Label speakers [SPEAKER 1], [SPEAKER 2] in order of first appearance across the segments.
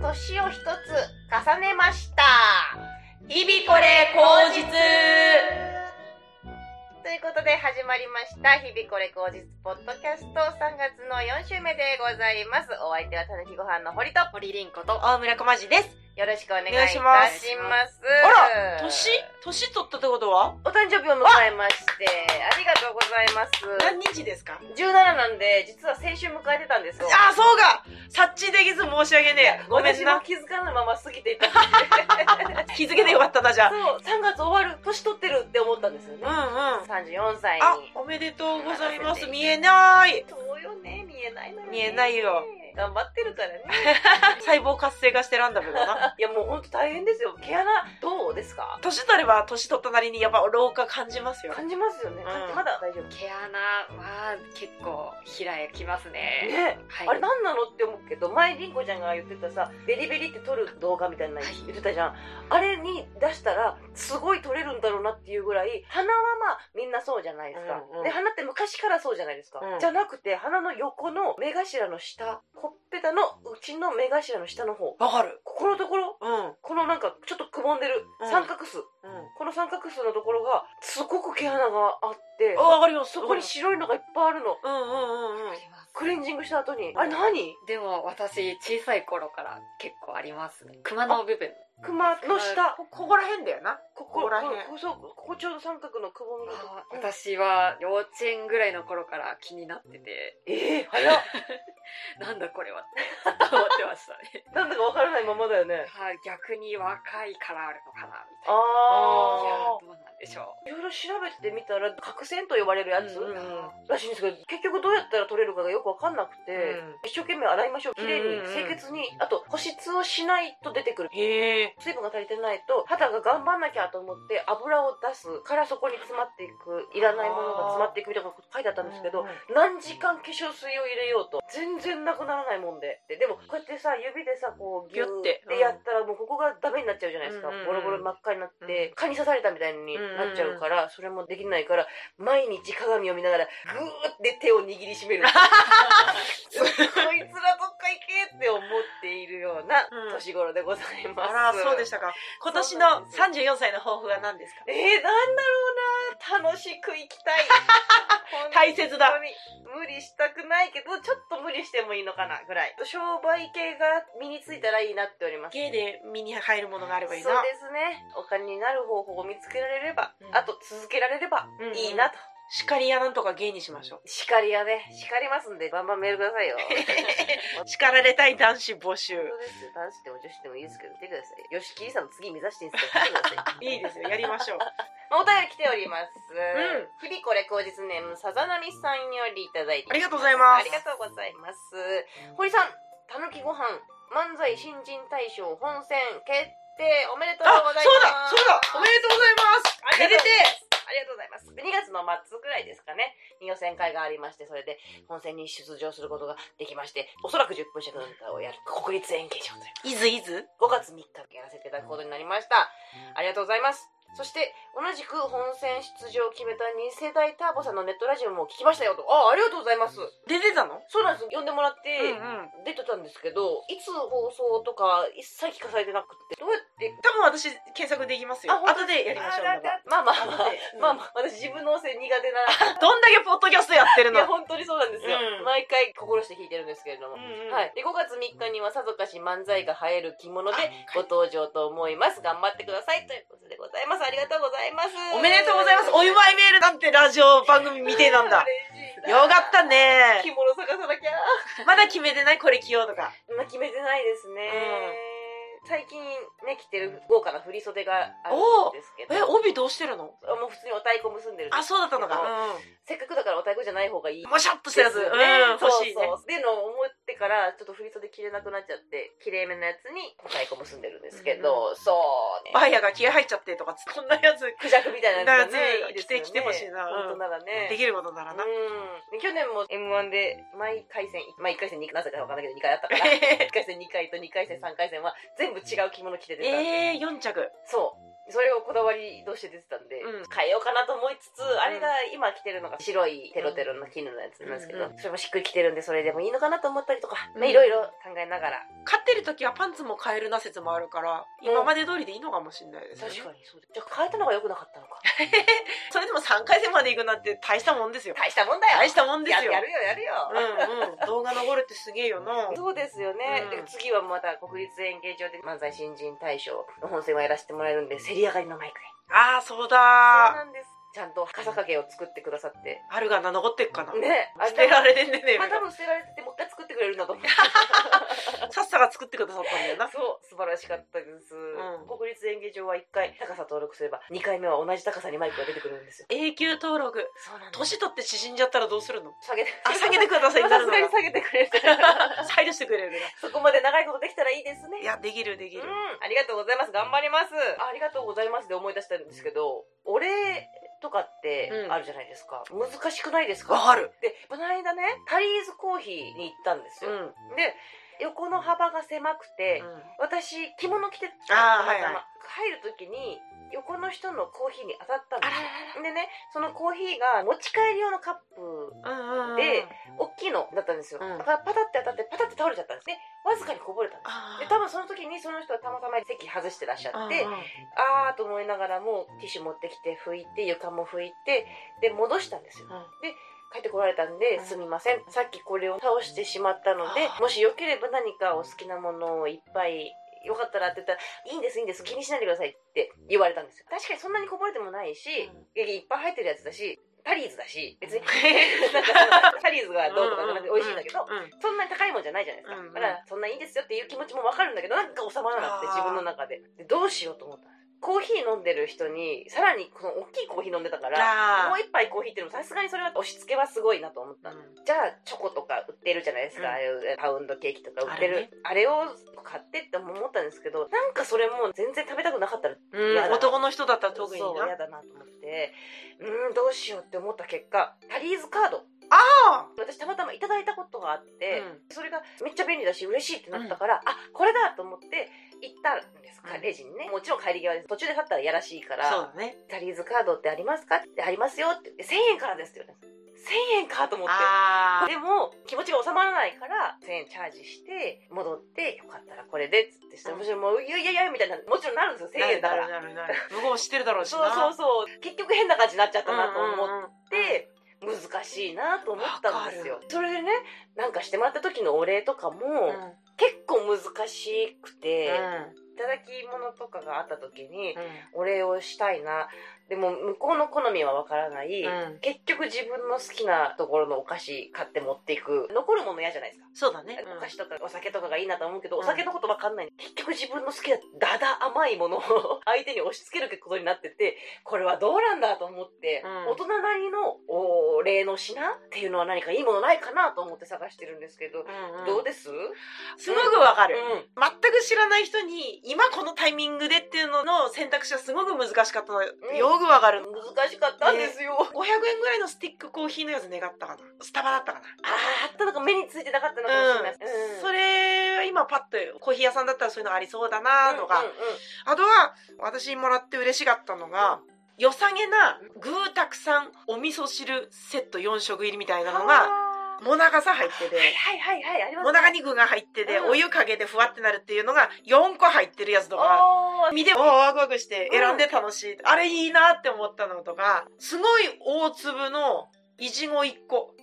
[SPEAKER 1] 年を一つ重ねました。日々これ口実ということで始まりました、日々これ口実ポッドキャスト3月の4週目でございます。お相手はたぬきご飯の堀と
[SPEAKER 2] 堀凛子と。あ
[SPEAKER 1] 大村こまじです。よろしくお願いいたし
[SPEAKER 2] お願
[SPEAKER 1] ま
[SPEAKER 2] い
[SPEAKER 1] す。
[SPEAKER 2] し
[SPEAKER 1] あ
[SPEAKER 2] ら年年取ったってことは
[SPEAKER 1] お誕生日を迎えまして、ありがとうございます。
[SPEAKER 2] 何日ですか
[SPEAKER 1] 17なんで、実は先週迎えてたんですよ。
[SPEAKER 2] あ、そうか察知できず申し訳
[SPEAKER 1] い
[SPEAKER 2] ね
[SPEAKER 1] や
[SPEAKER 2] え。ごめん
[SPEAKER 1] 私も
[SPEAKER 2] な。
[SPEAKER 1] 気づかぬまま過ぎていた。
[SPEAKER 2] 気づけてよかったな、じゃ
[SPEAKER 1] そう、3月終わる、年取ってるって思ったんですよね。
[SPEAKER 2] あ。うんうん。
[SPEAKER 1] 34歳
[SPEAKER 2] あ
[SPEAKER 1] に。、
[SPEAKER 2] おめでとうございます。見えない。
[SPEAKER 1] そうよね、見えないのよね
[SPEAKER 2] 見えないよ。
[SPEAKER 1] 頑張ってるからね。
[SPEAKER 2] 細胞活性化してるんだけどな。
[SPEAKER 1] いや、もうほんと大変ですよ。毛穴、どうですか
[SPEAKER 2] 年取れば年取ったなりにやっぱ老化感じますよ。
[SPEAKER 1] 感じますよね。
[SPEAKER 2] うん
[SPEAKER 1] まだ大丈夫。
[SPEAKER 3] 毛穴は結構開きますね。
[SPEAKER 1] ね、
[SPEAKER 3] はい、
[SPEAKER 1] あれ何なのって思うけど前りんこちゃんが言ってたさベリベリって撮る動画みたいなの
[SPEAKER 3] はい
[SPEAKER 1] 言ってたじゃん、あれに出したらすごい撮れるんだろうなっていうぐらい鼻はまあみんなそうじゃないですか、
[SPEAKER 2] うんうん
[SPEAKER 1] で鼻って昔からそうじゃないですか、
[SPEAKER 2] うん
[SPEAKER 1] じゃなくて鼻の横の目頭の下ほっぺたのうちの目頭の下の方
[SPEAKER 2] わかる。
[SPEAKER 1] ここのところ
[SPEAKER 2] うん。うん。
[SPEAKER 1] このなんかちょっとくぼんでる
[SPEAKER 2] うん
[SPEAKER 1] 三角巣、この三角巣のところがすごく毛穴があって
[SPEAKER 2] あ、わかるよ。
[SPEAKER 1] そこに白いのがいっぱいあるの
[SPEAKER 2] うんうんうんうん
[SPEAKER 3] あ。ります
[SPEAKER 1] クレンジングした後にあれ何
[SPEAKER 3] でも私小さい頃から結構ありますね。熊の部分。
[SPEAKER 1] 熊の下
[SPEAKER 2] こここら辺だよな。
[SPEAKER 1] ここ
[SPEAKER 2] ここら辺
[SPEAKER 1] ここそうここちょうど三角のくぼみのとこ
[SPEAKER 3] あー私は幼稚園ぐらいの頃から気になってて、
[SPEAKER 1] ええ早っ
[SPEAKER 3] なんだこれはってずっと思ってました ね。
[SPEAKER 1] なんだかわからないままだよね
[SPEAKER 3] はい、逆に若いからあるのかなみたいな。いや
[SPEAKER 1] あ
[SPEAKER 3] ーどうなんでしょう。
[SPEAKER 1] あいろいろ調べてみたら角栓と呼ばれるやつ、
[SPEAKER 2] うん
[SPEAKER 1] らしいんですけど結局どうやったら取れるかがよくわかんなくて、
[SPEAKER 2] うん
[SPEAKER 1] 一生懸命洗いましょうきれいに、
[SPEAKER 2] うんうんうん
[SPEAKER 1] 清潔にあと保湿をしないと出てくる
[SPEAKER 2] へえ。
[SPEAKER 1] 水分が足りてないと肌が頑張んなきゃと思って油を出すからそこに詰まっていくいらないものが詰まっていくみたいなこと書いてあったんですけど、
[SPEAKER 2] うんうん
[SPEAKER 1] 何時間化粧水を入れようと全然なくならないもんでででもこうやってさ指でさこうギュッて
[SPEAKER 2] ギュッてうん
[SPEAKER 1] やったらもうここがダメになっちゃうじゃないですか、
[SPEAKER 2] うんうんうん
[SPEAKER 1] ボロボロ真っ赤になって、蚊に刺されたみたいになっちゃうから、それもできないから毎日鏡を見ながらグーって手を握りしめる すっごいつらどっか行けって思っているような
[SPEAKER 2] うん
[SPEAKER 1] 年頃でございます、
[SPEAKER 2] あら、そうでしたか。今年の
[SPEAKER 1] そうなん
[SPEAKER 2] 34歳の抱負は何ですか
[SPEAKER 1] えー、なんだろうな楽しく生きたい
[SPEAKER 2] 大切だ
[SPEAKER 1] 本当に無理したくないけどちょっと無理してもいいのかなぐらい商売系が身についたらいいなっております
[SPEAKER 2] 芸で身に入るものがあ
[SPEAKER 1] そ
[SPEAKER 2] れ
[SPEAKER 1] う
[SPEAKER 2] ばい
[SPEAKER 1] で
[SPEAKER 2] い
[SPEAKER 1] す
[SPEAKER 2] な。
[SPEAKER 1] ねお金になる方法を見つけられれば、
[SPEAKER 2] うん
[SPEAKER 1] あと続けられれば
[SPEAKER 2] うんうん
[SPEAKER 1] いいなと、
[SPEAKER 2] 叱りやなんとか芸にしましょう。
[SPEAKER 1] 叱りやね叱りますんでバンバンメールくださいよ 本
[SPEAKER 2] 叱られたい男子募集。
[SPEAKER 1] 当ですよ男子でも女子でもいいですけど見てくださいよしきりさんの次目指していいんですか見てください
[SPEAKER 2] いいですよ、やりましょう。
[SPEAKER 1] お便り来ております。
[SPEAKER 2] ん
[SPEAKER 1] 日々これ口実ネーム、さざなみさんよりいただいて
[SPEAKER 2] ありがとうございま
[SPEAKER 1] あ
[SPEAKER 2] す
[SPEAKER 1] りがとうございます。堀さん、たぬきご飯、漫才新人大賞本選決定おめでとう
[SPEAKER 2] あ、そ
[SPEAKER 1] ご
[SPEAKER 2] う
[SPEAKER 1] ざ
[SPEAKER 2] だ
[SPEAKER 1] います。
[SPEAKER 2] そうだおめでとうございます
[SPEAKER 1] あり
[SPEAKER 2] め
[SPEAKER 1] がと
[SPEAKER 2] で
[SPEAKER 1] う
[SPEAKER 2] て
[SPEAKER 1] ありがとうございます。2月の末ぐらいですかね、に予選会がありまして、それで本戦に出場することができまして、おそらく10分尺の歌をやる国立演芸場という。
[SPEAKER 2] えいずいず
[SPEAKER 1] 5月3日やらせていただくことになりました。ありがとうございます。そして、同じく本戦出場を決めた2世代ターボさんのネットラジオも聞きましたよと。ああ、ありがとうございます。
[SPEAKER 2] 出てたの
[SPEAKER 1] そうなんです。呼んでもらっ
[SPEAKER 2] うんう
[SPEAKER 1] て、
[SPEAKER 2] ん。
[SPEAKER 1] 出てたんですけど、いつ放送とか一切聞かされてなくて、どうやって、
[SPEAKER 2] 多分私、検索できますよ。
[SPEAKER 1] あ本当
[SPEAKER 2] 後でやりましょう。また
[SPEAKER 1] まあまあまあ
[SPEAKER 2] 後 で、うん
[SPEAKER 1] まあまあ、私自分の音声苦手な。
[SPEAKER 2] どんだけポッドキャストやってる
[SPEAKER 1] い
[SPEAKER 2] の
[SPEAKER 1] や、本当にそうなんですよ。
[SPEAKER 2] うん
[SPEAKER 1] 毎回心して弾いてるんですけれども。は、
[SPEAKER 2] はい
[SPEAKER 1] で5月3日にはさぞかし漫才が映える着物で
[SPEAKER 2] あ
[SPEAKER 1] ご登場と思います頑張ってくださいということでございますありがとうございます
[SPEAKER 2] おめでとうございます。お祝いメールなんてラジオ番組みてえ なんだ。
[SPEAKER 1] 嬉しいな
[SPEAKER 2] よかったね
[SPEAKER 1] 着。物探さなきゃ
[SPEAKER 2] まだ決めてないこれ着ようとか。
[SPEAKER 1] まあ決めてないですね、最近ね着てる豪華な振袖があるんですけど
[SPEAKER 2] え、帯どうしてるの
[SPEAKER 1] もう普通にお太鼓結んでるん
[SPEAKER 2] あ、
[SPEAKER 1] です
[SPEAKER 2] そうだったのか。
[SPEAKER 1] せっかくだからお太鼓じゃない方がいい
[SPEAKER 2] うん。もしゃっとしたやつ。うん、
[SPEAKER 1] そう
[SPEAKER 2] 欲しいね。
[SPEAKER 1] そうでのを思ってからちょっと振り袖着れなくなっちゃってきれいめのやつに太鼓結んでるんですけど、そうね
[SPEAKER 2] バイヤーが気合入っちゃってとか、こんなやつ、
[SPEAKER 1] クジャクみたいなやつがね
[SPEAKER 2] だからね
[SPEAKER 1] いいですよね
[SPEAKER 2] 着て着てほしいなうん
[SPEAKER 1] 本当ならね
[SPEAKER 2] できることならな。
[SPEAKER 1] うん去年も m 1で毎回戦毎回戦になぜか分からないけど2回あったから1回戦2回と2回戦3回戦は全部違う着物着て出たんで、
[SPEAKER 2] えー、4着。
[SPEAKER 1] そうそれをこだわりとして出てたんで、
[SPEAKER 3] うん
[SPEAKER 1] 変えようかなと思いつつ、あれが今着てるのが白いテロテロの絹のやつなんですけど、
[SPEAKER 3] うん
[SPEAKER 1] それもしっくり着てるんでそれでもいいのかなと思ったりとか、まあ
[SPEAKER 3] うん
[SPEAKER 1] いろいろ考えながら、
[SPEAKER 2] 買ってる時はパンツも買えるな説もあるから
[SPEAKER 1] うん
[SPEAKER 2] 今まで通りでいいのかもしれないですね
[SPEAKER 1] 確かにそうですじゃあ変えたのが良くなかったのか
[SPEAKER 2] それでも3回戦まで行くなんて大したもんですよ
[SPEAKER 1] 大したもんだよ
[SPEAKER 2] 大したもんですよ
[SPEAKER 1] ややるよやるよ、
[SPEAKER 2] うんうん動画残るってすげえよ な
[SPEAKER 1] そうですよね、
[SPEAKER 2] う
[SPEAKER 1] で
[SPEAKER 2] ん
[SPEAKER 1] 次はまた国立演芸場で漫才新人大賞の本戦をやらせてもらえるんで、競り上がりのマイクで。
[SPEAKER 2] ああそう
[SPEAKER 1] そう
[SPEAKER 2] だ
[SPEAKER 1] なんです。ちゃんと傘掛けを作ってくださって。
[SPEAKER 2] あるがな残ってっかな
[SPEAKER 1] ね、あ
[SPEAKER 2] 捨てられてんねね
[SPEAKER 1] まあ多分捨てられててもう一回作ってくれるんだと 思う。
[SPEAKER 2] さっさが作ってくださったんだよな
[SPEAKER 1] そう、素晴らしかったです。
[SPEAKER 2] うん
[SPEAKER 1] 国立演芸場は1回高さ登録すれば、2回目は同じ高さにマイクが出てくるんですよ。
[SPEAKER 2] 永久登録
[SPEAKER 1] そうなんです。
[SPEAKER 2] 年取って縮んじゃったらどうするの
[SPEAKER 1] 下げて、
[SPEAKER 2] あ下げてください
[SPEAKER 1] さ
[SPEAKER 2] に
[SPEAKER 1] すが
[SPEAKER 2] な
[SPEAKER 1] に
[SPEAKER 2] る のが
[SPEAKER 1] 下げてくれる。
[SPEAKER 2] 配慮してくれる
[SPEAKER 1] そこまで長いことできたらいいですね。
[SPEAKER 2] いやできるでき
[SPEAKER 1] う
[SPEAKER 2] る
[SPEAKER 1] ん、ありがとうございます。頑張ります。ありがとうございますで思い出したんですけど、お礼とかって
[SPEAKER 3] うん
[SPEAKER 1] あるじゃないですか。難しくないですか
[SPEAKER 2] わかる。
[SPEAKER 1] で、この間ね、タリーズコーヒーに行ったんです
[SPEAKER 2] う
[SPEAKER 1] よ。
[SPEAKER 2] ん
[SPEAKER 1] で、横の幅が狭くて、
[SPEAKER 2] うん
[SPEAKER 1] 私、着物着て
[SPEAKER 2] あ
[SPEAKER 1] たまたま
[SPEAKER 2] ーはいはい
[SPEAKER 1] 入る時に、横の人のコーヒーに当たったんで
[SPEAKER 2] あら
[SPEAKER 1] すよ。でね、そのコーヒーが持ち帰り用のカップ
[SPEAKER 2] ららうんうんうん
[SPEAKER 1] で大きいのだったんですよ、
[SPEAKER 2] うん
[SPEAKER 1] だからパタって当たってパタって倒れちゃったんですねわずかにこぼれたんです
[SPEAKER 2] あ
[SPEAKER 1] で
[SPEAKER 2] ー
[SPEAKER 1] 多分その時にその人はたまたま席外してらっしゃ
[SPEAKER 2] うんう
[SPEAKER 1] っ
[SPEAKER 2] ん
[SPEAKER 1] てあーと思いながらもティッシュ持ってきて拭いて床も拭いてで戻したんですよ
[SPEAKER 2] うん
[SPEAKER 1] 帰ってこられたんで
[SPEAKER 2] う
[SPEAKER 1] 「
[SPEAKER 2] ん
[SPEAKER 1] すみませんさっきこれを倒してしまったので
[SPEAKER 2] あー
[SPEAKER 1] もしよければ何かお好きなものをいっぱいよかったら」って言ったら「いいんですいいんです気にしないでください」って言われたんですよ確かにそんなにこぼれてもないし、いっぱい入ってるやつだしタリーズだし別 になんかそのタリーズがどうとかじゃなくて美味しいんだけど
[SPEAKER 2] うんうん
[SPEAKER 1] そんなに高いもんじゃないじゃないですか。
[SPEAKER 2] うんうん
[SPEAKER 1] だから、そんないいですよっていう気持ちもわかるんだけど、なんか収まらなくて、
[SPEAKER 2] あー
[SPEAKER 1] 自分の中で。でどうしようと思ったんですコーヒー飲んでる人に、さらにこの大きいコーヒー飲んでたから、
[SPEAKER 2] あー
[SPEAKER 1] もう一杯コーヒーっていうのもさすがにそれは押し付けはすごいなと思ったの、じゃあ、チョコとか売ってるじゃないですか。
[SPEAKER 2] う
[SPEAKER 1] あ
[SPEAKER 2] ん
[SPEAKER 1] あいうパウンドケーキとか売ってる。あ
[SPEAKER 2] あ
[SPEAKER 1] れ,、
[SPEAKER 2] れ
[SPEAKER 1] を買ってって思ったんですけど、なんかそれも全然食べたくなかったら、
[SPEAKER 2] うん
[SPEAKER 1] やだ
[SPEAKER 2] 男の人だったら特にな
[SPEAKER 1] そう、嫌だなと思って、うーん、どうしようって思った結果、タリーズカード。
[SPEAKER 2] あ
[SPEAKER 1] 私たまたまいただいたことがあって、
[SPEAKER 2] うん
[SPEAKER 1] それがめっちゃ便利だし嬉しいってなったから、あこれだと思って行ったんですか、
[SPEAKER 2] うん
[SPEAKER 1] レジにねもちろん帰り際です途中で買ったらやらしいか
[SPEAKER 2] ー
[SPEAKER 1] ら
[SPEAKER 2] そうだね
[SPEAKER 1] 「タリーズカードってありますか?」って「ありますよ」って言って「1000円からです」って言われたんです1000円かと思って
[SPEAKER 2] あー
[SPEAKER 1] でも気持ちが収まらないから1000円チャージして戻って「よかったらこれで」っつってしたら
[SPEAKER 2] うん
[SPEAKER 1] もちろんもう「いやいやいや」みたいなもちろんなるんですよ1000円だから
[SPEAKER 2] なるなるなる向こうも知ってるだろうしな
[SPEAKER 1] そうそうそう結局変な感じになっちゃったなと思って。
[SPEAKER 2] うんうんう
[SPEAKER 1] っ
[SPEAKER 2] ん
[SPEAKER 1] て難しいなと思ったんですよ
[SPEAKER 2] わ
[SPEAKER 1] それでねなんかしてもらった時のお礼とかも、結構難しくて、いただき物とかがあった時にお礼をしたいなでも向こうの好みはわからない、
[SPEAKER 2] うんうん
[SPEAKER 1] 結局自分の好きなところのお菓子買って持っていく残るもの嫌じゃないですか
[SPEAKER 2] そうだね
[SPEAKER 1] お菓子とかお酒とかがいいなと思うけど、
[SPEAKER 2] うん
[SPEAKER 1] お酒のことわかんない結局自分の好きなだだ甘いものを 相手に押し付けることになっててこれはどうなんだと思って、
[SPEAKER 2] うん
[SPEAKER 1] 大人なりのお礼の品っていうのは何かいいものないかなと思って探してるんですけど、
[SPEAKER 2] うんうん
[SPEAKER 1] どうです、
[SPEAKER 2] すごくわか
[SPEAKER 1] う
[SPEAKER 2] る
[SPEAKER 1] ん
[SPEAKER 2] 全く知らない人に今このタイミングでっていうのの選択肢はすごく難しかったのよくわかる
[SPEAKER 1] 難しかったんですよ、
[SPEAKER 2] 500円ぐらいのスティックコーヒーのやつ願ったかなスタバだったかな
[SPEAKER 1] あああったのか目についてなかったのかもしれない、
[SPEAKER 2] うん、そ
[SPEAKER 1] れ
[SPEAKER 2] れは今パッとコーヒー屋さんだったらそういうのありそうだなとか、
[SPEAKER 1] うんうん
[SPEAKER 2] あとは私もらって嬉しかったのが、良さげな具たくさんお味噌汁セット4食入りみたいなのが
[SPEAKER 1] あ
[SPEAKER 2] もなかさ入って
[SPEAKER 1] ーはい
[SPEAKER 2] て。
[SPEAKER 1] はいはいはいあります
[SPEAKER 2] もなかに具が入ってて、
[SPEAKER 1] うん
[SPEAKER 2] お湯かけてふわってなるっていうのが4個入ってるやつとか
[SPEAKER 1] おー
[SPEAKER 2] 見ておーワクワクして選んで楽しい、あれいいなって思ったのとかすごい大粒のいちご1個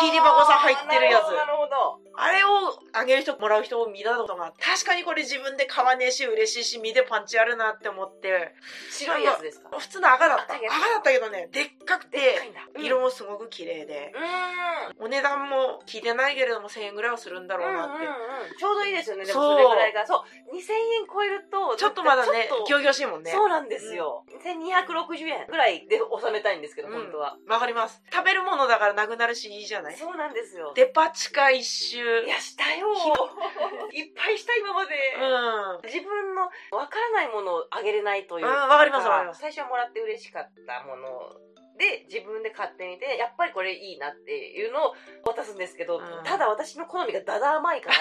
[SPEAKER 2] 切り箱さ入ってるや
[SPEAKER 1] なる
[SPEAKER 2] つ
[SPEAKER 1] ほどなるほど
[SPEAKER 2] あれをあげる人もらう人を見たことがあって確かにこれ自分で買わねえし嬉しいし見てパンチあるなって思って
[SPEAKER 1] 白いやつですか
[SPEAKER 2] 普通の赤だった
[SPEAKER 1] 赤
[SPEAKER 2] 赤
[SPEAKER 1] いや
[SPEAKER 2] だ
[SPEAKER 1] つ
[SPEAKER 2] ったけどねでっかく
[SPEAKER 1] でっか
[SPEAKER 2] て
[SPEAKER 1] いんだ
[SPEAKER 2] 色もすごく綺麗で
[SPEAKER 1] う、ーん
[SPEAKER 2] お値段も聞いてないけれども1000円ぐらいはするんだろうなって、
[SPEAKER 1] うんうんうん、ちょうどいいですよねでも
[SPEAKER 2] そう
[SPEAKER 1] それぐらいがそう2000円超えると
[SPEAKER 2] ちょっとまだね
[SPEAKER 1] ちょっと
[SPEAKER 2] 仰々しいもんね
[SPEAKER 1] そうなんですよ、1260円ぐらいで収めたいんですけど、
[SPEAKER 2] うん
[SPEAKER 1] 本当は
[SPEAKER 2] わかります食べるものだからなくなるしいいじゃない
[SPEAKER 1] そうなんですよ
[SPEAKER 2] デパ地下一周
[SPEAKER 1] いやしたよ いっぱいした今まで、
[SPEAKER 2] うんうん
[SPEAKER 1] 自分のわからないものをあげれないというか
[SPEAKER 2] わかりますわかります
[SPEAKER 1] 最初はもらって嬉しかったもので自分で買ってみてやっぱりこれいいなっていうのを渡すんですけど、
[SPEAKER 2] うん
[SPEAKER 1] ただ私の好みがだだ甘 いから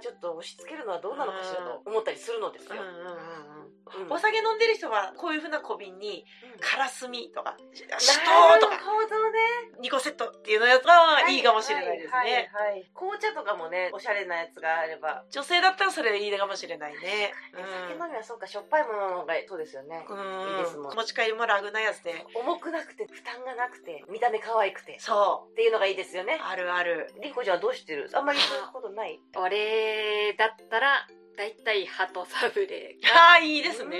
[SPEAKER 1] ちょっと押し付けるのはどうなのかしらと思ったりするのです
[SPEAKER 2] うん
[SPEAKER 1] よ、
[SPEAKER 2] うんうんうん
[SPEAKER 1] うん
[SPEAKER 2] お酒飲んでる人はこういうふうな小瓶にカラスミとかシ
[SPEAKER 1] な
[SPEAKER 2] ト
[SPEAKER 1] る
[SPEAKER 2] とか
[SPEAKER 1] ほどね
[SPEAKER 2] 2個セットっていうのやつがいいかもしれないですね、
[SPEAKER 1] はいはいはいはい紅茶とかもねおしゃれなやつがあれば、
[SPEAKER 2] 女性だったらそれいいかもしれないね
[SPEAKER 1] 酒飲みはそうかしょっぱいものの方がそうですよね、
[SPEAKER 2] うん
[SPEAKER 1] いいですもん
[SPEAKER 2] 持ち帰りも楽なやつで、
[SPEAKER 1] 重くなくて負担がなくて見た目可愛くて
[SPEAKER 2] そ
[SPEAKER 1] っていうのがいいですよね
[SPEAKER 2] うあるある
[SPEAKER 1] りんこちゃんはどうしてるあんまりそういうことない
[SPEAKER 3] 俺だったらだいたいハトサブレー
[SPEAKER 2] ああいいですね、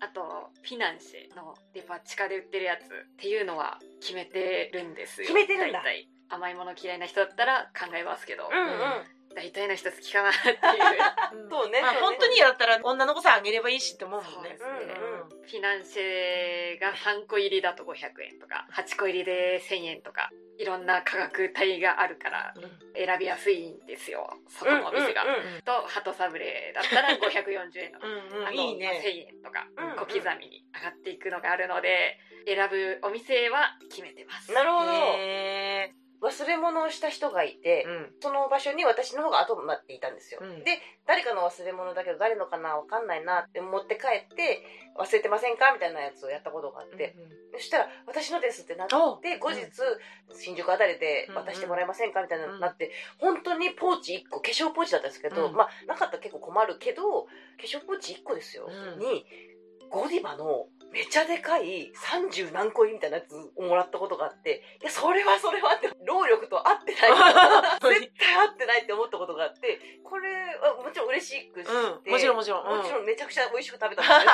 [SPEAKER 3] あとフィナンシェのデパ地下で売ってるやつっていうのは決めてるんですよ
[SPEAKER 1] 決めてるんだ
[SPEAKER 3] 大体甘いもの嫌いな人だったら考えますけど、
[SPEAKER 1] うんうん、
[SPEAKER 3] 大体の人好きかなっていう
[SPEAKER 2] うん
[SPEAKER 1] そうね
[SPEAKER 2] まあ
[SPEAKER 1] そうね
[SPEAKER 2] 本当にやったら女の子さんあげればいいしって思うも
[SPEAKER 3] そ
[SPEAKER 2] ん
[SPEAKER 3] うで
[SPEAKER 2] ね
[SPEAKER 3] すね、
[SPEAKER 1] うんうん
[SPEAKER 3] フィナンシェが3個入りだと500円とか8個入りで1000円とかいろんな価格帯があるから選びやすいんですよそこのお店が、
[SPEAKER 1] うんうん
[SPEAKER 3] とハトサブレーだったら540円 とか
[SPEAKER 2] うんうん
[SPEAKER 3] あと
[SPEAKER 2] いい
[SPEAKER 3] まあ
[SPEAKER 2] ね
[SPEAKER 3] 1000円とか
[SPEAKER 1] うんうん
[SPEAKER 3] 小刻みに上がっていくのがあるので、選ぶお店は決めてます
[SPEAKER 1] なるほど、
[SPEAKER 2] へ
[SPEAKER 1] 忘れ物をした人がいて、
[SPEAKER 2] ーうん
[SPEAKER 1] その場所に私の方が後になっていたんですよ、
[SPEAKER 2] うん
[SPEAKER 1] で誰かの忘れ物だけど誰のかなわかんないなって持って帰って忘れてませんかみたいなやつをやったことがあっ て、そしたら「私のです」ってなって
[SPEAKER 2] お
[SPEAKER 1] 後日、新宿あたりで渡してもらえませんかみたいなのになって、本当にポーチ1個化粧ポーチだったんですけど、
[SPEAKER 2] うん
[SPEAKER 1] まあなかったら結構困るけど化粧ポーチ1個ですよ、
[SPEAKER 2] うん
[SPEAKER 1] にゴディバのめちゃでかい30何個入りみたいなやつをもらったことがあっていやそれはそれはって労力と合って ない絶対合ってないって思ったことがあってこれはもちろん嬉しくして、
[SPEAKER 2] うんもちろんもちろん、うん
[SPEAKER 1] もちろんめちゃくちゃ美味しく食べたん ですけ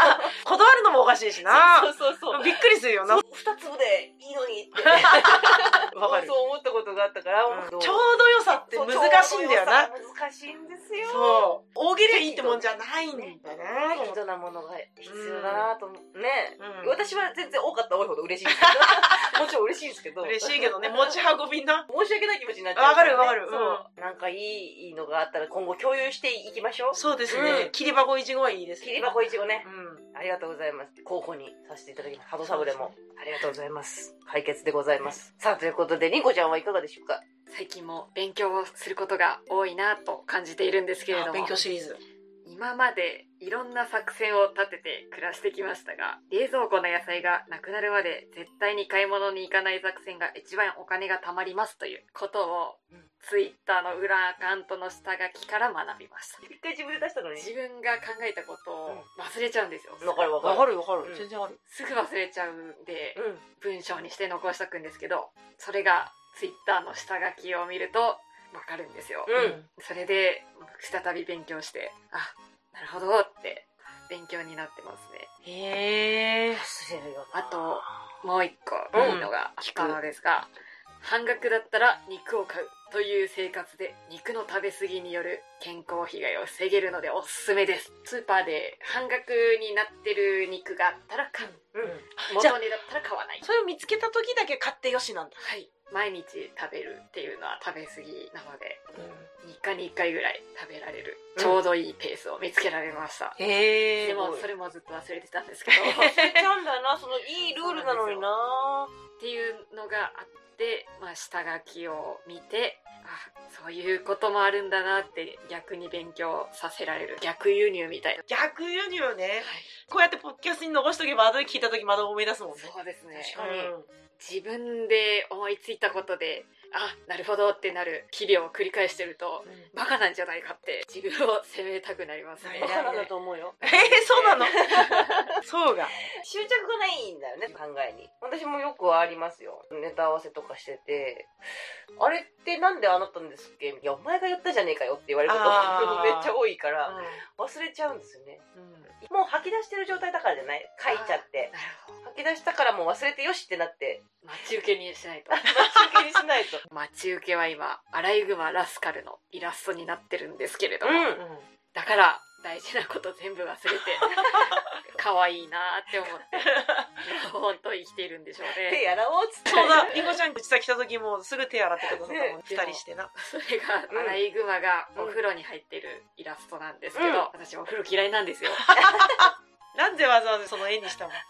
[SPEAKER 1] ど
[SPEAKER 2] 断るのもおかしいしな
[SPEAKER 1] そうそうそうそう
[SPEAKER 2] びっくりするよな
[SPEAKER 1] 2
[SPEAKER 2] わ
[SPEAKER 1] 粒でいいのにって
[SPEAKER 2] かる
[SPEAKER 1] そう思ったことがあったから、
[SPEAKER 2] うん
[SPEAKER 1] もう
[SPEAKER 2] ちょうど良さって難しいんだよな
[SPEAKER 1] そう難しいんですよ
[SPEAKER 2] そう大喜利はいいってもんじゃないんだ
[SPEAKER 1] ね
[SPEAKER 2] な
[SPEAKER 1] 適度なものが必要だなと思うね、
[SPEAKER 2] うん
[SPEAKER 1] 私は全然多かったら多いほど嬉しいんですけ どもちろん嬉しいんですけど
[SPEAKER 2] 嬉しいけどね持ち運びな
[SPEAKER 1] 申し訳ない気持ちになっちゃう
[SPEAKER 2] わかるわかる
[SPEAKER 1] そうなんかいいいいのがあったら今後共有していきましょう
[SPEAKER 2] そうですね、
[SPEAKER 1] うん
[SPEAKER 2] 切り箱いちごはいいですね
[SPEAKER 1] 切り箱いちごね
[SPEAKER 2] うん
[SPEAKER 1] ありがとうございます候補にさせていただきますハドサブレもありがとうございます解決でございますさあということでりんこちゃんはいかがでしょうか
[SPEAKER 3] 最近も勉強をすることが多いなと感じているんですけれど
[SPEAKER 2] あ
[SPEAKER 3] も
[SPEAKER 2] 勉強シリーズ
[SPEAKER 3] 今までいろんな作戦を立てて暮らしてきましたが冷蔵庫の野菜がなくなるまで絶対に買い物に行かない作戦が一番お金が貯まりますということを
[SPEAKER 1] うん
[SPEAKER 3] ツイッターの裏アカウントの下書きから学びました
[SPEAKER 1] 一回自分で出したのに
[SPEAKER 3] 自分が考えたことを忘れちゃうんですよ
[SPEAKER 1] わかるわか
[SPEAKER 2] わ
[SPEAKER 1] る
[SPEAKER 2] かるわかる、
[SPEAKER 1] うん
[SPEAKER 2] 全然ある
[SPEAKER 3] すぐ忘れちゃうんで
[SPEAKER 1] うん
[SPEAKER 3] 文章にして残しとくんですけどそれがツイッターの下書きを見るとわかるんですよ、
[SPEAKER 1] うん
[SPEAKER 3] それで再び勉強してあなるほどって勉強になってますね
[SPEAKER 2] へえ
[SPEAKER 1] 忘れるよな
[SPEAKER 3] あともう一個
[SPEAKER 1] うん
[SPEAKER 3] いいのが聞かのですが、半額だったら肉を買うという生活で肉の食べ過ぎによる健康被害を防げるのでおすすめですスーパーで半額になってる肉があったら買う
[SPEAKER 1] うん
[SPEAKER 3] 元
[SPEAKER 2] じゃあ
[SPEAKER 3] 値だったら買わない
[SPEAKER 2] それを見つけた時だけ買ってよしなんだ、
[SPEAKER 3] はい毎日食べるっていうのは食べ過ぎなので3日に1回ぐらい食べられる
[SPEAKER 1] うん
[SPEAKER 3] ちょうどいいペースを見つけられました、
[SPEAKER 2] へえ
[SPEAKER 3] でも
[SPEAKER 1] すごい
[SPEAKER 3] それもずっと忘れてたんです けど
[SPEAKER 1] 忘れちゃうんだよなそのいいルールなのにな
[SPEAKER 3] っていうのがあって、まあ、下書きを見てあそういうこともあるんだなって逆に勉強させられる逆輸入みたいな、
[SPEAKER 2] 逆輸入ねこうやってポッキャストに残しとけば後で聞いた時まだ思い出すもんね
[SPEAKER 3] そうですね
[SPEAKER 1] 確かに
[SPEAKER 2] うん
[SPEAKER 3] 自分で思いついたことであなるほどってなる日々を繰り返してるとバカなんじゃないかって自分を責めたくなりますね
[SPEAKER 2] バ
[SPEAKER 1] バカなん
[SPEAKER 2] カな
[SPEAKER 1] ん
[SPEAKER 2] だ
[SPEAKER 1] だと思うよ
[SPEAKER 2] えー、そう なのそうが
[SPEAKER 1] 執着がないんだよね考えに私もよくありますよネタ合わせとかしてて「あれってなんでああなったんですっけ?」いやお前が言ったじゃねえかよ」って言われること
[SPEAKER 2] あー
[SPEAKER 1] がめっちゃ多いから忘れちゃうんですよねもう吐き出してる状態だからじゃない書いちゃって
[SPEAKER 3] なるほ
[SPEAKER 1] 吐き出したからもう忘れてよしってなって
[SPEAKER 3] ど待ち受けにしないと
[SPEAKER 1] 真剣にしないと
[SPEAKER 3] 待ち受けは今アライグマラスカルのイラストになってるんですけれど も、
[SPEAKER 1] うん
[SPEAKER 2] うん
[SPEAKER 3] だから大事なこと全部忘 れて可愛いなって思って本当生きているんでしょう
[SPEAKER 1] 手
[SPEAKER 3] ね
[SPEAKER 1] やらおうっつって
[SPEAKER 2] そうだ、りんごちゃん、うちさ来た時もすぐ手洗ってくださったもん
[SPEAKER 1] ね、
[SPEAKER 2] 二人してな。
[SPEAKER 3] それがアライグマがお風呂に入ってるイラストなんですけど、
[SPEAKER 1] うん
[SPEAKER 3] 私お風呂嫌いなんですよいや
[SPEAKER 2] なんでわざわざその絵にしたの
[SPEAKER 3] はい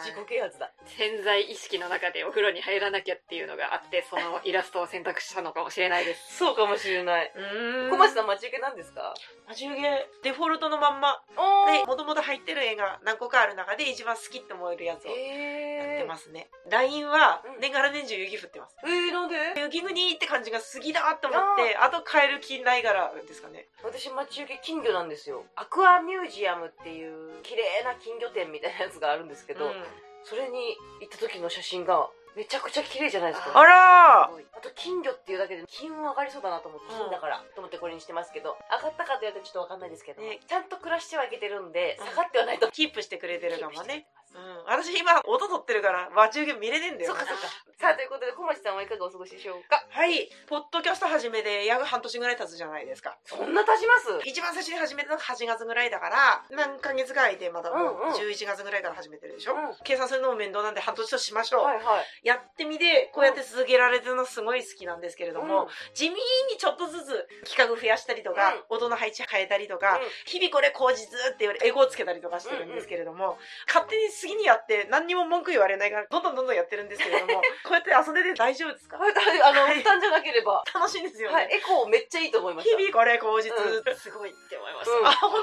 [SPEAKER 1] 自己啓発だ
[SPEAKER 3] 潜在意識の中でお風呂に入らなきゃっていうのがあって、そのイラストを選択したのかもしれないです。
[SPEAKER 1] そうかもしれない小町
[SPEAKER 2] 小松
[SPEAKER 1] さん待ち受けなんですか
[SPEAKER 2] マジ受けデフォルトのまんま
[SPEAKER 1] お
[SPEAKER 2] でもともと入ってる絵が何個かある中で一番好きって思えるやつをやっ
[SPEAKER 1] え
[SPEAKER 2] て
[SPEAKER 1] ー、
[SPEAKER 2] ますね LINE は
[SPEAKER 1] うん
[SPEAKER 2] 年がら年中雪降ってます
[SPEAKER 1] えー、なんで
[SPEAKER 2] 雪国って感じが好きだと思ってあと変える気ないからですかね
[SPEAKER 1] 私待ち受け金魚なんですよアクアミュージアムっていう綺麗な金魚店みたいなやつがあるんですけ
[SPEAKER 2] け
[SPEAKER 1] ど、
[SPEAKER 2] ど
[SPEAKER 1] それに行った時の写真がめちゃくちゃ綺麗じゃないですか
[SPEAKER 2] あらー
[SPEAKER 1] あと金魚っていうだけで金運上がりそうだなと思って
[SPEAKER 2] うん
[SPEAKER 1] 金だからと思ってこれにしてますけど上がったかと言われてちょっとわかんないですけど、
[SPEAKER 2] ね
[SPEAKER 1] ちゃんと暮らしてはいけてるんで
[SPEAKER 2] うん
[SPEAKER 1] 下がってはないと
[SPEAKER 2] キープしてくれてるかも
[SPEAKER 1] キー
[SPEAKER 2] ね
[SPEAKER 1] プして
[SPEAKER 2] う
[SPEAKER 1] ま
[SPEAKER 2] ん私今音取ってるからマジ受け見れねえんだ
[SPEAKER 1] すそっ
[SPEAKER 2] よ
[SPEAKER 1] か
[SPEAKER 2] ね
[SPEAKER 1] そっかさあということで小町さんはいかがお過ごしでしょうか
[SPEAKER 2] はいポッドキャスト始めで約半年ぐらい経つじゃないですか
[SPEAKER 1] そんな経ちます
[SPEAKER 2] 一番最初に始めたのが8月ぐらいだから何ヶ月ぐらいでまだ
[SPEAKER 1] うん
[SPEAKER 2] もう
[SPEAKER 1] うん
[SPEAKER 2] 11月ぐらいから始めてるでしょ、
[SPEAKER 1] うん
[SPEAKER 2] 計算するのも面倒なんで半年としましょう、
[SPEAKER 1] はいはい
[SPEAKER 2] やってみてこうやって続けられてるのすごい好きなんですけれども、地味にちょっとずつ企画増やしたりとか、音の配置変えたりとか、
[SPEAKER 1] うん
[SPEAKER 2] 日々これ口実って言われエゴをつけたりとかしてるんですけれども、勝手に好きにやって何にも文句言われないからどんどんどんどんやってるんですけ れどもこうやって遊んでて大丈夫ですか
[SPEAKER 1] はいはいあの負担じゃなければ
[SPEAKER 2] 楽しいんですよね、
[SPEAKER 1] はいエコーめっちゃいいと思いまし
[SPEAKER 2] 日
[SPEAKER 1] た
[SPEAKER 2] 々これ口実、
[SPEAKER 1] う
[SPEAKER 3] すごいって思いました。
[SPEAKER 1] うん
[SPEAKER 2] あ本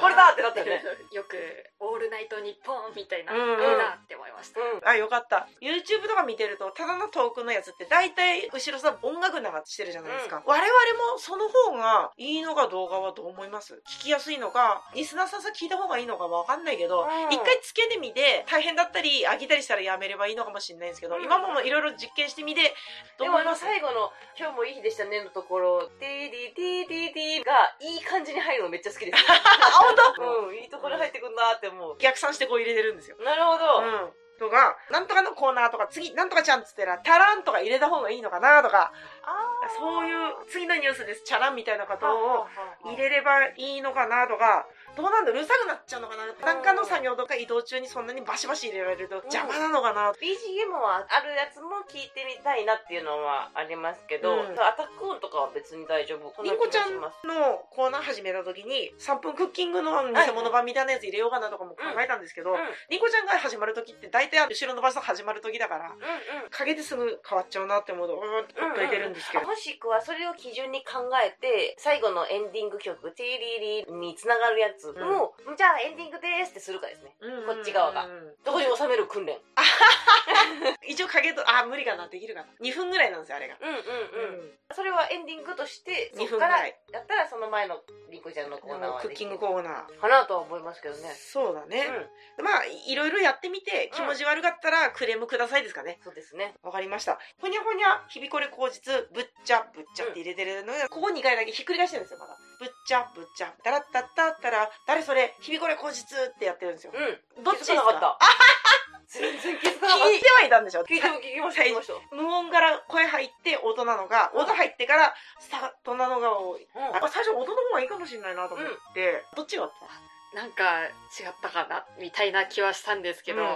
[SPEAKER 1] これだってなったよね。
[SPEAKER 3] よく、オールナイトニッポンみたいな、あ
[SPEAKER 2] うんうん
[SPEAKER 3] れだって思いました。
[SPEAKER 1] うん
[SPEAKER 2] あ、よかった。YouTube とか見てると、ただのトークのやつって、大体、後ろさ、音楽流してるじゃないですか。我々も、その方がいいのか動画はどう思います聞きやすいのか、リスナーさんさ、聞いた方がいいのかわかんないけど、
[SPEAKER 1] うん
[SPEAKER 2] 一回つけてみて、大変だったり、飽きたりしたらやめればいいのかもしれないんですけど、
[SPEAKER 1] うん
[SPEAKER 2] 今もいろいろ実験してみて、どう
[SPEAKER 1] でも
[SPEAKER 2] 思
[SPEAKER 1] あ
[SPEAKER 2] い
[SPEAKER 1] の
[SPEAKER 2] ます
[SPEAKER 1] 最後の「今日もいい日でしたね」のところ「ディディディディディ」がいい感じに入るのめっちゃ好きです
[SPEAKER 2] あ、本当、
[SPEAKER 1] うんいいところ入ってくんなーって思う
[SPEAKER 2] 逆算してこう入れてるんですよ。
[SPEAKER 1] なるほど、
[SPEAKER 2] うん。とか、なんとかのコーナーとか、次、なんとかちゃんっつったら、タランとか入れた方がいいのかなとか、
[SPEAKER 1] あー
[SPEAKER 2] そういう、次のニュースです、チャランみたいなことを、入
[SPEAKER 1] れ
[SPEAKER 2] れればいいのかなとかどうなんだうるさくなっちゃうのかななんかの作業とか移動中にそんなにバシバシ入れられると邪魔なのかな
[SPEAKER 1] BGM はあるやつも聞いてみたいなっていうのはありますけど、
[SPEAKER 2] うん
[SPEAKER 1] アタックオンとかは別に大丈夫
[SPEAKER 2] りんこちゃん
[SPEAKER 1] そな気がし
[SPEAKER 2] の
[SPEAKER 1] ます
[SPEAKER 2] コーナー始めた時に3分クッキングの偽物版みたいなやつ入れようかなとかも考えたんですけど、
[SPEAKER 1] うん
[SPEAKER 2] りんこちゃんが始まる時って大体後ろのバスが始まる時だから
[SPEAKER 1] うんうん
[SPEAKER 2] 陰ですぐ変わっちゃうなって思うとうーんってほっといてるんですけど、
[SPEAKER 1] もしくはそれを基準に考えて最後のエンディング曲「ティリリ」につながるやつも、じゃあエンディングですってするかですね
[SPEAKER 2] うん
[SPEAKER 1] こっち側が
[SPEAKER 2] うん
[SPEAKER 1] どこに収める訓練
[SPEAKER 2] 一応陰とあ無理かなできるかな2分ぐらいなんですよあれが、
[SPEAKER 1] うんうんうん、
[SPEAKER 2] うん
[SPEAKER 1] それはエンディングとしてそ
[SPEAKER 2] 2
[SPEAKER 1] こ
[SPEAKER 2] 分ぐ
[SPEAKER 1] から
[SPEAKER 2] ら
[SPEAKER 1] や
[SPEAKER 2] い
[SPEAKER 1] ったらその前のりんこちゃんのコーナーは
[SPEAKER 2] ク
[SPEAKER 1] で
[SPEAKER 2] ッ
[SPEAKER 1] き
[SPEAKER 2] キング
[SPEAKER 1] る
[SPEAKER 2] コーナー
[SPEAKER 1] かなとは思いますけどね
[SPEAKER 2] そうだね、
[SPEAKER 1] うん
[SPEAKER 2] まあいいろいろやってみて気持ち悪かったらクレームくださいですかね
[SPEAKER 1] そうですね
[SPEAKER 2] わかりましたほにゃほにゃひびこれ口実ぶっちゃぶっちゃって入れてるのが、ここ2回だけひっくり返してるんですよまだぶっちゃぶっちゃだらったったったら誰それひびこれ口実ってやってるんですよ
[SPEAKER 1] うん
[SPEAKER 2] どっちです
[SPEAKER 1] 気づ
[SPEAKER 2] か
[SPEAKER 1] かなかった全然気づかなかっ
[SPEAKER 2] 聞いてはいたんでしょ
[SPEAKER 1] た聞いても聞きました聞きました
[SPEAKER 2] 無音から声入って音なのが音入ってからスタートなのが多い
[SPEAKER 1] うん
[SPEAKER 2] あ最初音の方がいいかもしれないなと思って、どっちがあった
[SPEAKER 3] なんか、違ったかな、みたいな気はしたんですけど、
[SPEAKER 2] うん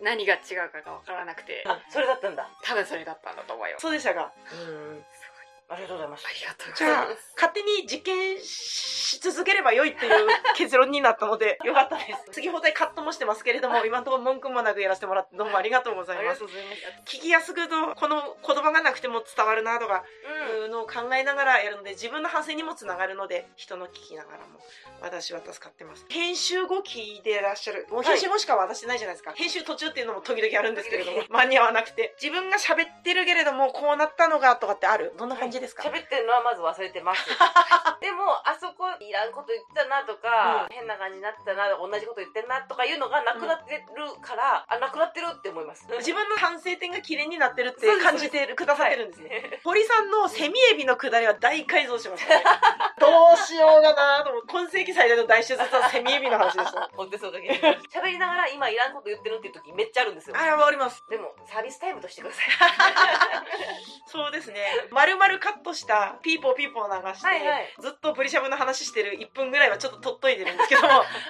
[SPEAKER 3] 何が違うかがわからなくて、
[SPEAKER 1] あそれだったんだ
[SPEAKER 3] 多分それだったんだと思います。
[SPEAKER 2] そうでしたか
[SPEAKER 1] うんありがとうございまし
[SPEAKER 3] あ
[SPEAKER 1] た
[SPEAKER 3] りがとうご
[SPEAKER 2] じ
[SPEAKER 3] ざい
[SPEAKER 2] ゃあ
[SPEAKER 3] ます。、
[SPEAKER 2] 勝手に実験し続ければ良いっていう結論になったので、 よかったです。次放題カットもしてますけれども、今のところ文句もなくやらせてもらって、どうもありがとうございます。
[SPEAKER 1] うございます
[SPEAKER 2] 聞きやすくと、この言葉がなくても伝わるなとか、
[SPEAKER 1] うん
[SPEAKER 2] いうのを考えながらやるので、自分の反省にもつながるので、人の聞きながらも、私は助かってます。編集後聞いてらっしゃる。もう編集後しか渡してないじゃないですか。編集途中っていうのも時々あるんですけれども、間に合わなくて。自分が喋ってるけれども、こうなったのがとかってあるどんな感じですか、
[SPEAKER 1] 喋ってるのはまず忘れてます でもあそこいらんこと言ってたなとか、変な感じになってたな同じこと言ってんなとかいうのがなくなってるから、あなくなってるって思います
[SPEAKER 2] 自分の反省点が綺麗になってるって
[SPEAKER 1] そうです
[SPEAKER 2] 感じてるくださってるんですね、 堀さんのセミエビのくだりは大改造しましたね どうしようかなと思う今世紀最大の大手術はセミエビの話で したあ
[SPEAKER 1] 本当にそうだけど喋りながら今いらんこと言ってるっていう時めっちゃあるんですよ
[SPEAKER 2] あわかります
[SPEAKER 1] でもサービスタイムとしてください
[SPEAKER 2] そうですね丸々カットしたピーポーピーポー流して、
[SPEAKER 1] はいはい
[SPEAKER 2] ずっとブリシャブの話してる1分ぐらいはちょっと取っといてるんですけど も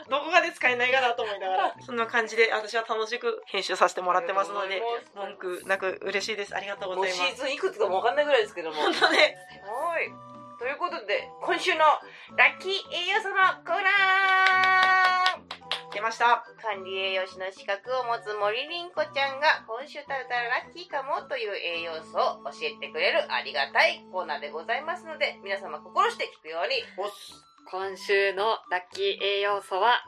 [SPEAKER 2] どこかで使えないかなと思いながらそんな感じで私は楽しく編集させてもらってますので文句なく嬉しいですありがとうご
[SPEAKER 1] もう
[SPEAKER 2] ざい
[SPEAKER 1] シ
[SPEAKER 2] ます
[SPEAKER 1] ーズンいくつかもわかんないぐらいですけどもは
[SPEAKER 2] 本当ね
[SPEAKER 1] いということで今週のラッキー栄養素のコーナー
[SPEAKER 2] イけました。
[SPEAKER 1] 管理栄養士の資格を持つ森凛子ちゃんが今週食べたらラッキーかもという栄養素を教えてくれるありがたいコーナーでございますので皆様心して聞くように
[SPEAKER 2] おっ
[SPEAKER 3] 今週のラッキー栄養素は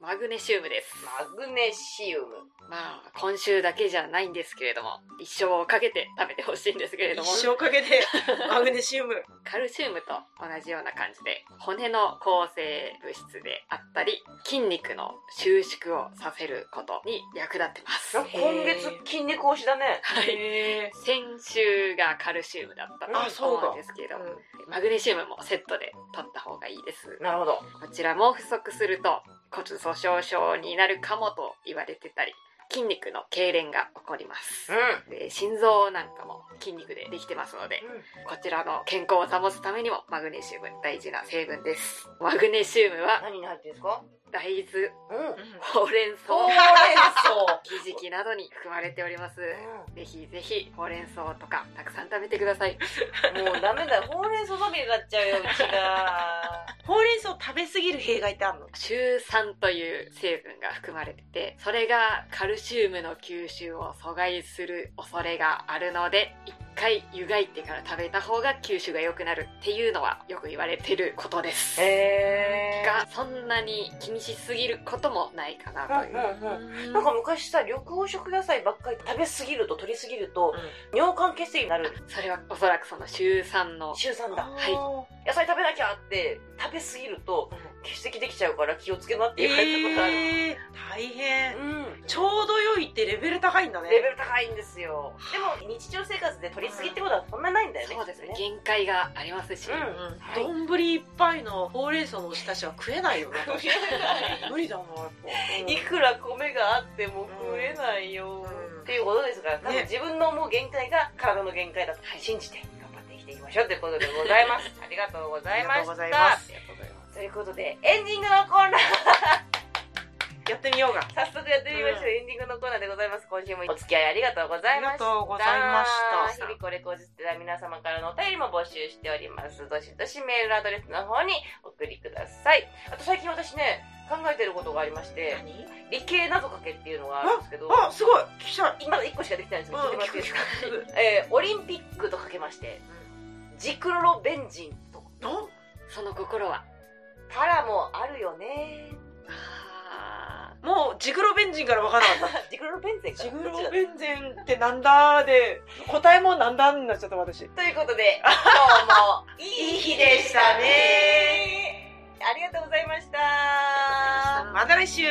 [SPEAKER 3] マグネシウムです。
[SPEAKER 1] マグネシウム
[SPEAKER 3] まあ、今週だけじゃないんですけれども、一生をかけて食べてほしいんですけれども、
[SPEAKER 2] 一生かけ て、マグネシウム。
[SPEAKER 3] カルシウムと同じような感じで、骨の構成物質であったり、筋肉の収縮をさせることに役立ってます。
[SPEAKER 1] なんか今月筋肉推しだ ね
[SPEAKER 3] はい。
[SPEAKER 2] へ
[SPEAKER 3] 先週がカルシウムだった
[SPEAKER 2] あ
[SPEAKER 3] と
[SPEAKER 2] そうだ
[SPEAKER 3] 思うんですけれ
[SPEAKER 2] ー
[SPEAKER 3] ども、マグネシウムもセットで取った方がいいです。
[SPEAKER 1] なるほど
[SPEAKER 3] こちらも不足すると骨粗鬆症になるかもと言われてたり筋肉の痙攣が起こります
[SPEAKER 1] う、ん
[SPEAKER 3] で心臓なんかも筋肉でできてますのでこちらの健康を保つためにもマグネシウム大事な成分ですマグネシウムは
[SPEAKER 1] 何に入ってるんですか
[SPEAKER 3] 大豆
[SPEAKER 1] うん
[SPEAKER 2] うん
[SPEAKER 3] ほうれん草
[SPEAKER 1] ほうれん草
[SPEAKER 3] ひじきなどに含まれております
[SPEAKER 1] う
[SPEAKER 3] ぜひぜひほうれん草とかたくさん食べてください
[SPEAKER 1] ん もうダメだよほうれん草まみれになっちゃうようちが
[SPEAKER 2] ほうれん草食べ過ぎる弊害ってあるの
[SPEAKER 3] シュウ酸という成分が含まれてて、それがカルシウムの吸収を阻害する恐れがあるので、一回湯がいてから食べた方が吸収が良くなるっていうのはよく言われてることです。
[SPEAKER 1] へ
[SPEAKER 3] が、そんなに気にしすぎることもないかなという。
[SPEAKER 1] なんか昔さ緑黄色野菜ばっかり食べ過ぎると取り過ぎると、尿管結石になる
[SPEAKER 3] それはおそらくそのシュウ酸の
[SPEAKER 1] 週3だ
[SPEAKER 3] は
[SPEAKER 1] 野菜食べなきゃって食べ過ぎると結石できちゃうから気をつけなって
[SPEAKER 2] い。
[SPEAKER 1] 言われたことある、
[SPEAKER 2] えー、大変。
[SPEAKER 1] うん
[SPEAKER 2] ちょうど良いってレベル高いんだね。
[SPEAKER 1] レベル高いんですよでも日常生活で取り過ぎってことはそんなないんだよね
[SPEAKER 3] そうですね
[SPEAKER 1] きっと
[SPEAKER 3] 限界がありますし、
[SPEAKER 1] うんはい
[SPEAKER 2] うん。丼いっぱいのほうれん草のおひたしは食え ないよね。
[SPEAKER 1] 食えない
[SPEAKER 2] 無理だな、やっぱ。
[SPEAKER 1] いくら米があっても食えないよ、
[SPEAKER 2] うん
[SPEAKER 1] っていうことですから多分
[SPEAKER 2] ね
[SPEAKER 1] 自分の思う限界が体の限界だと
[SPEAKER 3] はい
[SPEAKER 1] 信じて頑張って生きていきましょうということでござい ますありがとうございました
[SPEAKER 2] ありがとうございます
[SPEAKER 3] ありがとうございます
[SPEAKER 1] ということでエンディングのコーナー
[SPEAKER 2] やってみようが。
[SPEAKER 1] 早速やってみましょう、
[SPEAKER 2] うん
[SPEAKER 1] エンディングのコーナーでございます今週もお付き合いありがとうございました
[SPEAKER 2] ありがとうございました
[SPEAKER 1] 日々これ後日では皆様からのお便りも募集しておりますどしどしメールアドレスの方にお送りくださいあと最近私ね考えてることがありまして理系謎かけっていうのがあるんですけど
[SPEAKER 2] あ、すごい聞きたい。
[SPEAKER 1] 今まだ1個しかできてないんですけど聞いてもらっていいですか、
[SPEAKER 2] うん
[SPEAKER 1] えーオリンピックとかけまして、ジクロベンジンと
[SPEAKER 2] な
[SPEAKER 3] その心は
[SPEAKER 1] パラもあるよね
[SPEAKER 3] あ
[SPEAKER 2] もうジグロベンジンから分からなかっ
[SPEAKER 1] ジクロベンゼン
[SPEAKER 2] た
[SPEAKER 1] か
[SPEAKER 2] ジ
[SPEAKER 1] など
[SPEAKER 2] グ
[SPEAKER 1] っちだ
[SPEAKER 2] ロベンゼンってなんだーで答えもなんだになっちゃった私
[SPEAKER 1] ということ で、今日もいい日でしたね。ありがとうございました。
[SPEAKER 3] ー
[SPEAKER 2] また来週